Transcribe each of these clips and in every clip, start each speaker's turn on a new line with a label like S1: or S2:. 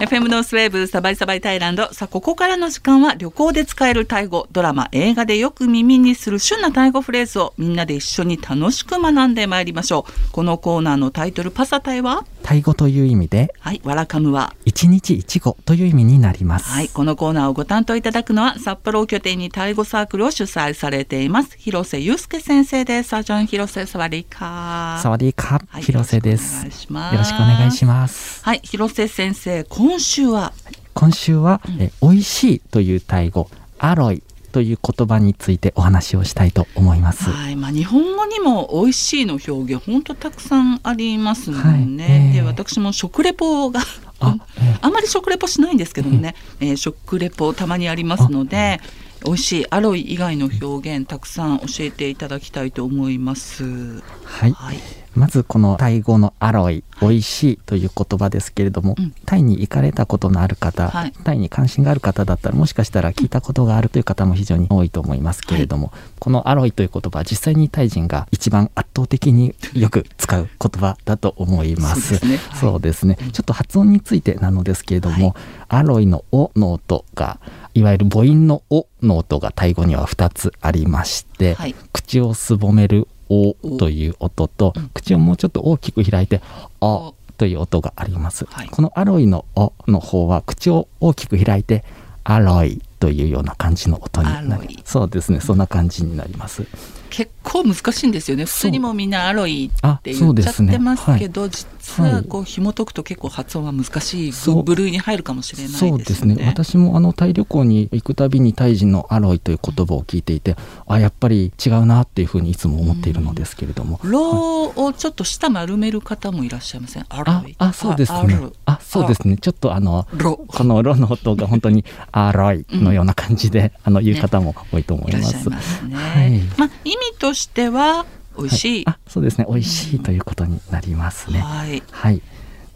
S1: FM ノースウェーブサバイサバイタイランドさあここからの時間は旅行で使えるタイ語ドラマ映画でよく耳にする旬なタイ語フレーズをみんなで一緒に楽しく学んでまいりましょうこのコーナーのタイトルパサタイは
S2: タイ語という意味で
S1: はいわらかむは
S2: 一日一語という意味になります。
S1: はい、このコーナーをご担当いただくのは札幌を拠点にタイ語サークルを主催されています広瀬祐介先生です。サージョン広瀬サワリーカー。
S2: サワディーカー、
S1: はい
S2: 広瀬で
S1: よ
S2: す。よ
S1: ろしくお願いします
S2: ろしくお願いします。
S1: はい、広瀬先生、今週は
S2: 今週は、え美味しいというタイ語、アロイという言葉についてお話をしたいと思います。
S1: はい、まあ日本語にも美味しいの表現本当たくさんありますもんね。
S2: はいええ
S1: で、私も食レポが
S2: あ、え
S1: あんまり食レポしないんですけどもね、えー食レポたまにありますので。美味しいアロイ以外の表現たくさん教えていただきたいと思います。
S2: はい。
S1: はい。
S2: まずこのタイ語のアロイ、美味しいという言葉ですけれども、
S1: うん
S2: タイに行かれたことのある方、
S1: はい
S2: タイに関心がある方だったらもしかしたら聞いたことがあるという方も非常に多いと思いますけれども、このアロイという言葉は実際にタイ人が一番圧倒的によく使う言葉だと思いま
S1: そ
S2: す。
S1: うですねはい
S2: そうですね。ちょっと発音についてなのですけれども、アロイの「お」の音がいわゆる母音の「お」の音がタイ語には2つありまして、
S1: はい
S2: 口をすぼめる「お」
S1: お
S2: という音と、口をもうちょっと大きく開いて「あ
S1: お」
S2: という音があります、
S1: はい
S2: このアロイの「お」の方は口を大きく開いて「アロイ」というような感じの音にな
S1: アロ
S2: り
S1: イ
S2: そうですねそんな感じになります
S1: 結構難しいんですよね普通にもうみんなアロイって
S2: あ
S1: 言
S2: そ
S1: っ
S2: うで
S1: ちゃっ
S2: すね
S1: てますけど実
S2: は
S1: はいこう紐解くと結構発音は難しい
S2: そう
S1: 部類に入るかもしれないです
S2: そ
S1: よ
S2: う
S1: ね。
S2: ですね私もあのタイ旅行に行くたびにタイ人の「アロイ」という言葉を聞いていて、あやっぱり違うなっていうふうにいつも思っているのですけれども、
S1: ローをちょっと下丸める方もいらっしゃいませんア
S2: あ
S1: ロイ
S2: あそうです
S1: ア
S2: ね
S1: ロイ
S2: あそうですねちょっとあの
S1: あロ
S2: この「ロ」の音が本当に「アロイ」のような感じで、あの言う方も多いと思
S1: い
S2: い
S1: ら
S2: ま
S1: っしゃい
S2: す。
S1: ますね。
S2: はい
S1: まあ意味としては美味しい。
S2: あそうですね美味しいということになりますね。
S1: はい。
S2: はい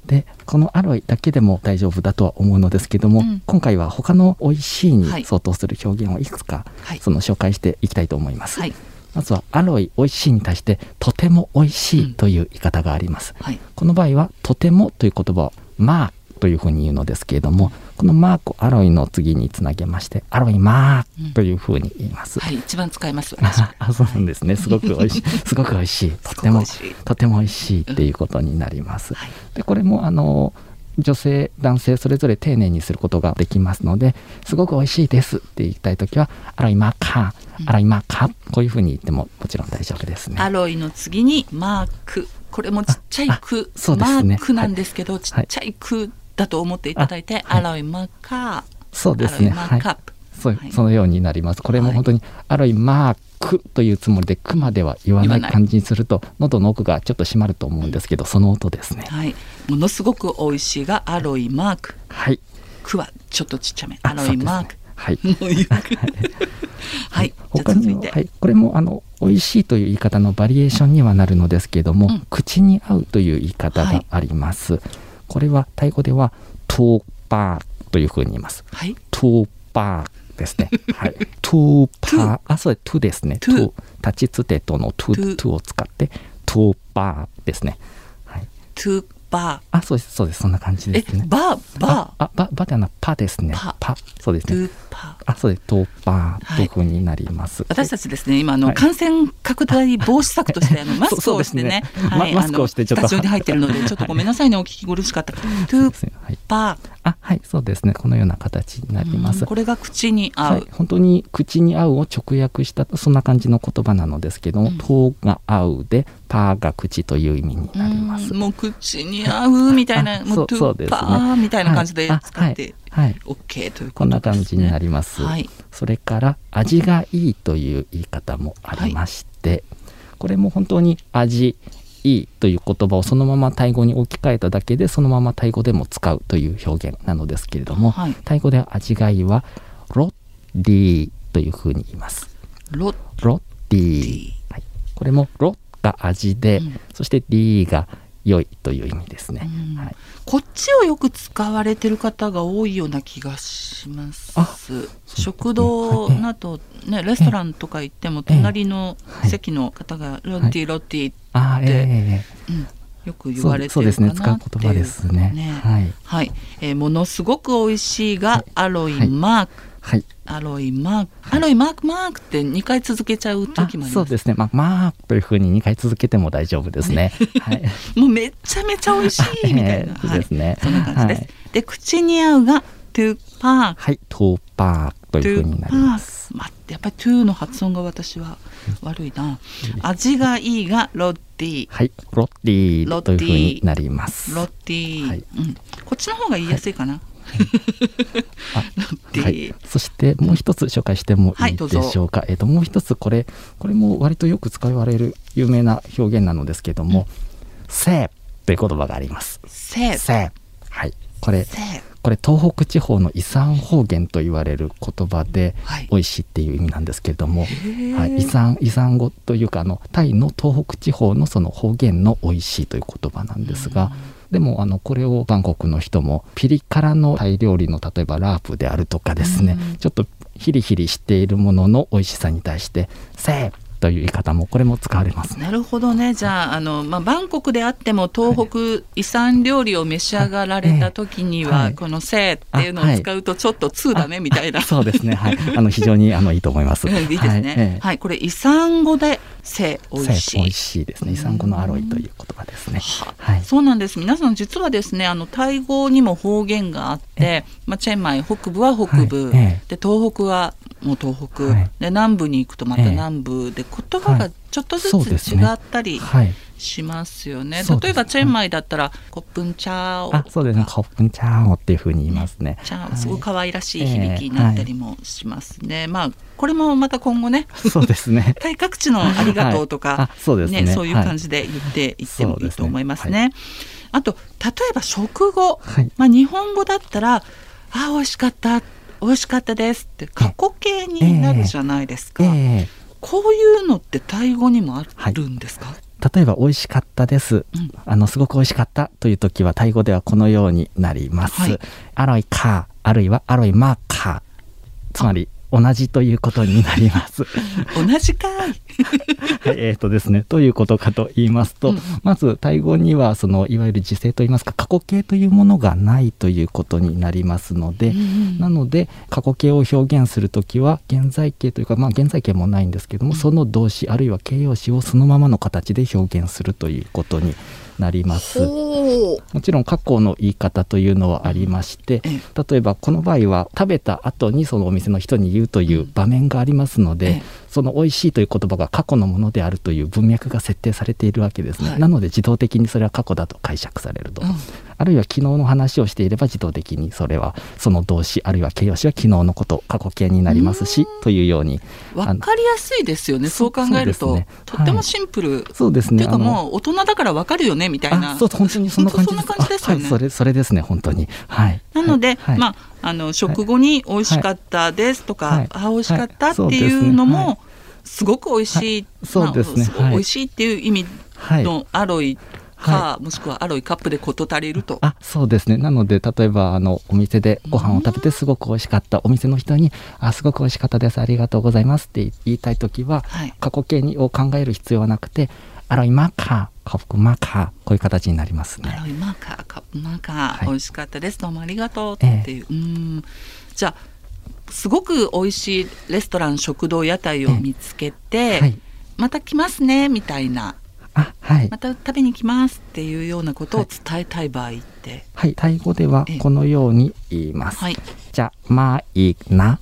S2: でこのアロイだけでも大丈夫だとは思うのですけども、
S1: うん
S2: 今回は他の「美味しい」
S1: はい
S2: に相当する表現をいくつか、
S1: はい
S2: その紹介していきたいと思います、
S1: はい。
S2: まずは「アロイ美味しい」に対して「とても美味しい」という言い方があります、
S1: はい。
S2: この場合は「とても」という言葉を「まあ」というふうに言うのですけれどもこの「まあ」をアロイの次につなげまして「アロイまあ」というふうに言います、
S1: はい。一番使います。
S2: あそうなんですねすごく美 味しいすごく美味しいとても
S1: すごく美味しい
S2: とても美味しいっていうことになります、
S1: はい
S2: でこれもあの女性男性それぞれ丁寧にすることができますのですごく美味しいですって言いたい時は「あら今か」「あら今か」こういうふうに言ってももちろん大丈夫ですね
S1: アロイの次にマークこれもちっちゃいク、
S2: あそうで
S1: マ
S2: すね
S1: ークなんですけど、ちっちゃいクだと思っていただいて、
S2: あはい
S1: アロイマーカ
S2: そう
S1: ー、
S2: で
S1: ア
S2: す
S1: ロイ
S2: ね
S1: マ
S2: は
S1: ー
S2: い
S1: カップ、
S2: そう
S1: はい
S2: そのようになります。これも本当に、ある意味マークというつもりで、クマでは言わ
S1: 言
S2: な
S1: わ
S2: い
S1: ない
S2: 感じにすると、喉の奥がちょっと締まると思うんですけど、その音ですね。
S1: はい、ものすごく美味しいがアロイマーク、
S2: はい。
S1: クはちょっとちっちゃめ、
S2: あ
S1: アロイマーク、
S2: そうですねはい。
S1: もうゆっくりはい、じゃあ
S2: 他
S1: 続
S2: に
S1: い
S2: も、
S1: て、
S2: はい、これもあの美味しいという言い方のバリエーションにはなるのですけれども、
S1: うん
S2: 口に合うという言い方があります。これはタイ語ではトーパーというふうに言います。
S1: はい、
S2: トーパーです ね。はい。トーパー。あ、そうです。トゥですね。
S1: トゥ
S2: ゥ。立ちつてとのト
S1: トゥ
S2: ゥ、トゥを使って、トーパーですね。はい。
S1: トゥーバ
S2: あ、そうです。そうです。そんな感
S1: ー、
S2: じ
S1: え
S2: ですね。
S1: バーバー
S2: あ、ば、ばではなくパですね
S1: パ。
S2: パ。そうです
S1: トゥ
S2: ね。
S1: ーバー。
S2: あ、そうです。トーパ
S1: は
S2: ー
S1: い
S2: というふうになります。
S1: 私たちですね、今あの、
S2: はい
S1: 感染拡大防止策としてあのマスクをしてね、
S2: そうそうですね
S1: はい、
S2: ま
S1: あの
S2: マスクをしてちょっと
S1: スタジオに入ってるので、ちょっとごめんなさいね、お聞き苦しかった。トゥ
S2: です
S1: ー
S2: ね。はい。
S1: パ
S2: あ、はい。そうですね。このような形になりま
S1: ー、
S2: す。
S1: これが口に合う。
S2: はい、本当に口に合うを直訳したそんな感じの言葉なのですけども、
S1: うん
S2: トーが合うでパーが口という意味になります
S1: う。んもう口に合うみたいな、
S2: あ
S1: も
S2: そうう
S1: トゥ
S2: そう
S1: ー
S2: です
S1: パ
S2: ね
S1: ーみたいな感じで
S2: はい
S1: 使って、
S2: あはいはい
S1: OK という
S2: こ
S1: ことですね
S2: んな感じになります。
S1: はい。
S2: それから味がいいという言い方もありまして、これも本当に味いいという言葉をそのままタイ語に置き換えただけでそのままタイ語でも使うという表現なのですけれども、
S1: はい
S2: タイ語では味がいいはロッディーというふうに言います。
S1: ロッ
S2: ロッディ
S1: デ
S2: ー
S1: ィ。
S2: はい、これも「ロ」が味で、
S1: うん
S2: そして「リ」が良いという意味ですね。
S1: うん
S2: はい、
S1: こっちをよく使われてる方が多いような気がします
S2: あ。
S1: 食堂など、ね、レストランとか行っても、隣の席の方がロッティロッティ、
S2: ああええええええ
S1: うんよく言われて
S2: そう
S1: る
S2: です
S1: かな
S2: ね
S1: っていう
S2: 使う言葉ですね
S1: ね
S2: はい
S1: はい、えーものすごく美味しいがアロイマーク、
S2: はい
S1: アロイマーク、アロイマークマークって2回続けちゃう
S2: あ
S1: 時もあり
S2: そ
S1: ま
S2: う
S1: す
S2: ですねまあまあというふうに2回続けても大丈夫ですねはい
S1: もうめちゃめちゃ美味しいみたいな、
S2: えー
S1: は
S2: そうですね
S1: そんな感じです、
S2: はい
S1: で口に合うがトゥーパーク
S2: はいトーパーと
S1: ト
S2: いう
S1: ゥ
S2: ふうに
S1: ー
S2: な
S1: パ
S2: りま
S1: ー
S2: す
S1: ク、まあ、やっぱりトゥーの発音が私は悪いな味がいいがロッティ
S2: はいロッティ
S1: ロッ
S2: ー
S1: テ
S2: と
S1: ィ
S2: いうふうになります
S1: ロッティ、
S2: はい
S1: うん、こっちの方が言いやすいかな、
S2: あ
S1: ロッティ、
S2: はい、そしてもう一つ紹介しても
S1: はい
S2: いい
S1: どうぞ
S2: でしょうか、えっともう一つこれこれも割とよく使われる有名な表現なのですけども「セーという言葉があります。
S1: セー
S2: セーはい、これ
S1: セー
S2: これ東北地方の遺産方言と言われる言葉で
S1: はい
S2: 美味しいっていう意味なんですけれども、
S1: ー
S2: はい、遺産遺産語というかあのタイの東北地方のその方言の美味しいという言葉なんですが、でもあのこれをバンコクの人もピリ辛のタイ料理の例えばラープであるとかですね、
S1: うん
S2: ちょっとヒリヒリしているものの美味しさに対して「せー」という言い方もこれも使われますね。
S1: なるほどねじゃああの、まあ、バンコクであっても東北遺産料理を召し上がられた時には、
S2: はい
S1: この「せ」っていうのを使うとちょっと「通だねみたいな、
S2: あそうですね。はい。あの非常にあのいいと思います。
S1: うんいいですね
S2: は
S1: はいい
S2: え、え
S1: これ遺産語で「せ」美味し
S2: 美
S1: い
S2: 味しいですね。遺産語のアロイという言葉ですね。はい。
S1: そうなんです皆さん実はですねあのタイ語にも方言があって、まあ、チェンマイ北部は北部、
S2: はいえ
S1: で東北はもう東北、
S2: はい
S1: で南部に行くとまた
S2: ええ
S1: 南部で言葉がちょっとず
S2: はいそうで
S1: つ
S2: す
S1: 違
S2: ね
S1: ったり
S2: はい。
S1: しますよね。
S2: そうで
S1: 例
S2: す
S1: えばチェンマイだったら、コップンチャーオ
S2: あ、そうですね。カップンチャーオっていう風に言いますね。
S1: チャー
S2: は
S1: オ
S2: い
S1: すごい可愛らしい響きになったりもしますね。まあこれもまた今後ね、。
S2: そうですね
S1: タイ各地のありがとうと
S2: はい
S1: か
S2: あ、そうですね
S1: そういう感じで言っていってもいいと思いますね。
S2: は
S1: あと例えば食後、
S2: はい
S1: まあ日本語だったら、あ美味しかった。美味しかったですって過去形になるじゃないですか、
S2: ええ
S1: こういうのってタイ語にもあるんですか、
S2: 例えば美味しかったです、
S1: うん
S2: あのすごく美味しかったという時はタイ語ではこのようになります、
S1: はい
S2: アロイカーあるいはアロイマーカーつまり同じということになり ます。
S1: 同じかい
S2: はい、えーとですね、どういうことかと言いますと、
S1: うん
S2: まずタイ語にはそのいわゆる時制といいますか過去形というものがないということになりますので、
S1: うん
S2: なので過去形を表現するときは現在形というか、まあ、現在形もないんですけども、その動詞あるいは形容詞をそのままの形で表現するということになります。
S1: ほう
S2: もちろん過去の言い方というのはありまして
S1: え
S2: 例えばこの場合は食べた後にそのお店の人に言うという場面がありますの
S1: え
S2: で
S1: え
S2: その「美味しい」という言葉が過去のものであるという文脈が設定されているわけですね、
S1: はい
S2: なので自動的にそれは過去だと解釈されると、
S1: うん
S2: あるいは昨日の話をしていれば自動的にそれはその動詞あるいは形容詞は昨日のこと過去形になりますしというように
S1: わかりやすいですよね。
S2: そ
S1: そう考えると、
S2: そうですね
S1: とっても
S2: はい
S1: シンプル。
S2: そうです
S1: って
S2: ね
S1: いうか
S2: あの
S1: もう大人だからわかるよねみたいな。
S2: あそう本当にそんな感じ
S1: 本当そんな感じですよね
S2: あはい、それそれですね本当にはい
S1: なので、
S2: はい
S1: まああの食後に美味しかったですとか、
S2: はい
S1: あ美味しかった
S2: はい
S1: っていうの
S2: そうですねは
S1: もすごく美味しい。
S2: そうですね
S1: まあ
S2: はい
S1: 美味しいっていう意味
S2: はい
S1: のアロイか、
S2: は
S1: もしくはアロイカップで事足りると。
S2: あそうですねなので例えばあのお店でご飯を食べてすごく美味しかったお店の人に「あすごく美味しかったですありがとうございます」って言いたい時は、
S1: はい
S2: 過去形を考える必要はなくて「アロイマカー」「カフクマカー」こういう形になります
S1: ア
S2: ね。
S1: ロイマーカーカップマーカー、
S2: はい
S1: 美味しかったですどうもありがとうっ
S2: ええ
S1: ていう、うーんじゃあすごく美味しいレストラン食堂屋台を見つけて、
S2: えはい
S1: また来ますねみたいな
S2: あはい
S1: ま、た食べに来ますっていうようなことを伝えたい場合って
S2: はい、タイ語では
S1: ええ
S2: このように言います。
S1: はい
S2: じゃまいな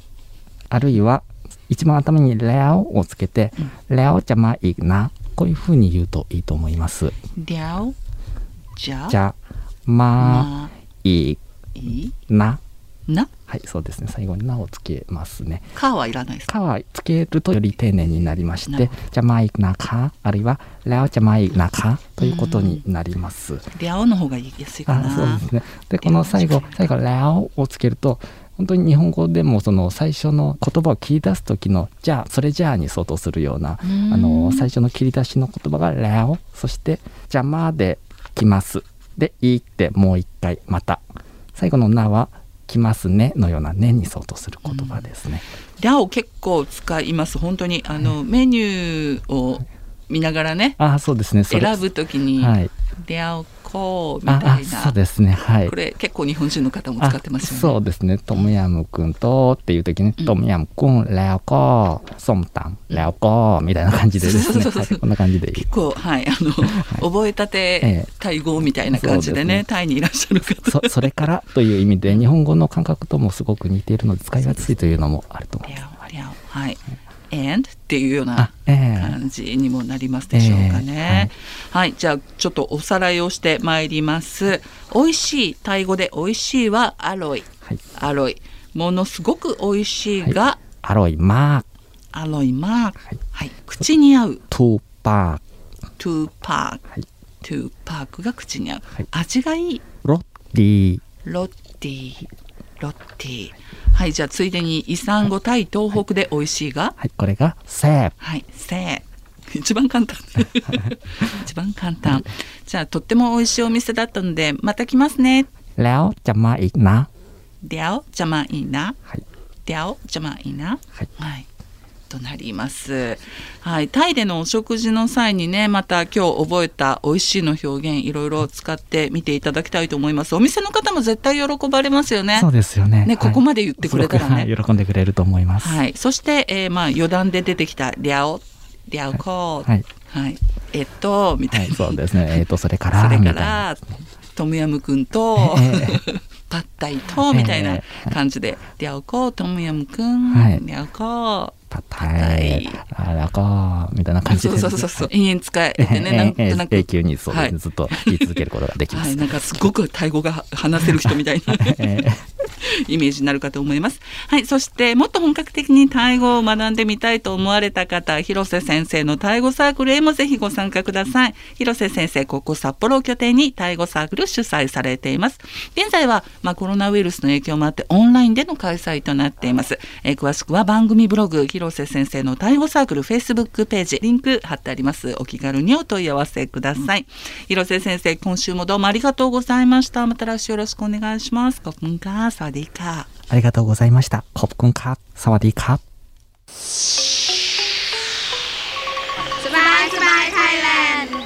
S2: あるいは一番頭に「レオ」をつけて「レオじゃまいな」こういうふうに言うといいと思います。
S1: 「りゃおじゃ
S2: じゃま
S1: ま
S2: いな。
S1: あいい
S2: な。
S1: な
S2: はい、そうですね。最後になをつけますね。」
S1: かはいらないですか
S2: かはつけるとより丁寧になりまし
S1: なる
S2: て
S1: ほ、
S2: じゃまいなか、あるいは、らおじゃまいなかということになります。
S1: 「りゃお」の方が言いやすいか
S2: あ
S1: な
S2: そうですね。で、この最後、最後、らおをつけると、本当に日本語でもその最初の言葉を切り出す時の「じゃあそれじゃあ」に相当するような
S1: うん
S2: あの最初の切り出しの言葉が「らお」そして「じゃま」で「来ます」で「いい」ってもう一回また最後の「な」は「来ますね」のような「ね」に相当する言葉ですね。
S1: ラを結構使います本当にあのメニューを見ながらね
S2: あそうですねそ
S1: 選
S2: れ
S1: ぶときに
S2: はい
S1: 出会おうこうみ
S2: あ
S1: た
S2: あ
S1: い
S2: そう
S1: な
S2: ですねはい
S1: これ結構日本人の方も使ってます
S2: あ
S1: よ
S2: そ
S1: ね
S2: うですねトムヤムくんとっていう時に、
S1: うん
S2: トムヤムくんラオコソムタンラオコみたいな感じでですね
S1: そうそうそうそう
S2: はいこんな感じでいい
S1: 結構はいあの、覚えたて
S2: ええ
S1: タイ語みたいな感じでね
S2: そうですね
S1: タイにいらっしゃる方
S2: そそれからという意味で日本語の感覚ともすごく似ているので使いやすいというのもあると思い
S1: 出
S2: ます。
S1: 会おう出会おうはい「and」っていうような
S2: あええ
S1: 感じにもなりますでしょうかね。はい、じゃあちょっとおさらいをしてまいります。美味しいタイ語で美味しいはアロイ、
S2: はい、
S1: アロイ。ものすごく美味しいが、
S2: アロイマーク
S1: アロイマーク。
S2: はい
S1: はい、口に合う
S2: トゥーパー
S1: トゥーパーク、
S2: はい
S1: トゥーパークが口に合う。
S2: はい
S1: 味がいい
S2: クロッティ
S1: ロッティ、ロッティ。はい、じゃあついでに遺産語タイ東北で美味しいが、
S2: はいこれがセーブ
S1: はい、せー。 一番簡 単。一番簡単。じゃあ、とっても美味しいお店だったので、また来ますね。
S2: แล้วจะมาอีกนะ
S1: でゃお、じゃまいいな。
S2: はい
S1: でゃお、じゃまいいな。
S2: はい
S1: はい。となります。はい、タイでのお食事の際にね、また今日覚えた美味しいの表現、いろいろ使ってみていただきたいと思います。お店の方も絶対喜ばれますよね
S2: そ。うですよね
S1: ね、ここまで言っ
S2: で
S1: てくれたらね。
S2: 喜んでくれると思います、
S1: はい、そして、えーまあ余談で出てきた「りゃお」「りゃおこう」
S2: はい
S1: はいえっと」みた
S2: はいい
S1: な、
S2: そうですねえっ、とそれから
S1: それか
S2: みたいな
S1: ら「トムヤムくん」と
S2: え
S1: 「パッタイと」みたいな感じで「りゃおこうトムヤムく
S2: はい
S1: ん」「りゃおこう」
S2: パッ
S1: パ
S2: タイ
S1: ッ
S2: あらこみたいな感じ
S1: そ
S2: で
S1: うそうそうそう
S2: は
S1: 延々使え
S2: い
S1: てねなん
S2: ええええ
S1: とな
S2: 永
S1: く。
S2: 久にそうですね、
S1: はい
S2: ずっと言い続けることができま
S1: は
S2: す、
S1: い、なんかすごくタイ語が話せる人みたいな
S2: ええ
S1: イメージになるかと思います。はい、そしてもっと本格的にタイ語を学んでみたいと思われた方、広瀬先生のタイ語サークルへもぜひご参加ください。広瀬先生、ここ札幌を拠点にタイ語サークル主催されています。現在は、まあ、コロナウイルスの影響もあってオンラインでの開催となっています。えー詳しくは番組ブログ、広瀬先生のタイ語サークル Facebook ページ、リンク貼ってあります。お気軽にお問い合わせください。広瀬先生、今週もどうもありがとうございました。また来週よろしくお願いします。ごくんか、サワディーカー。
S2: ありがとうございましたขอบคุณครับสวัสดีครับ
S3: สบายสบายไทยแลนด์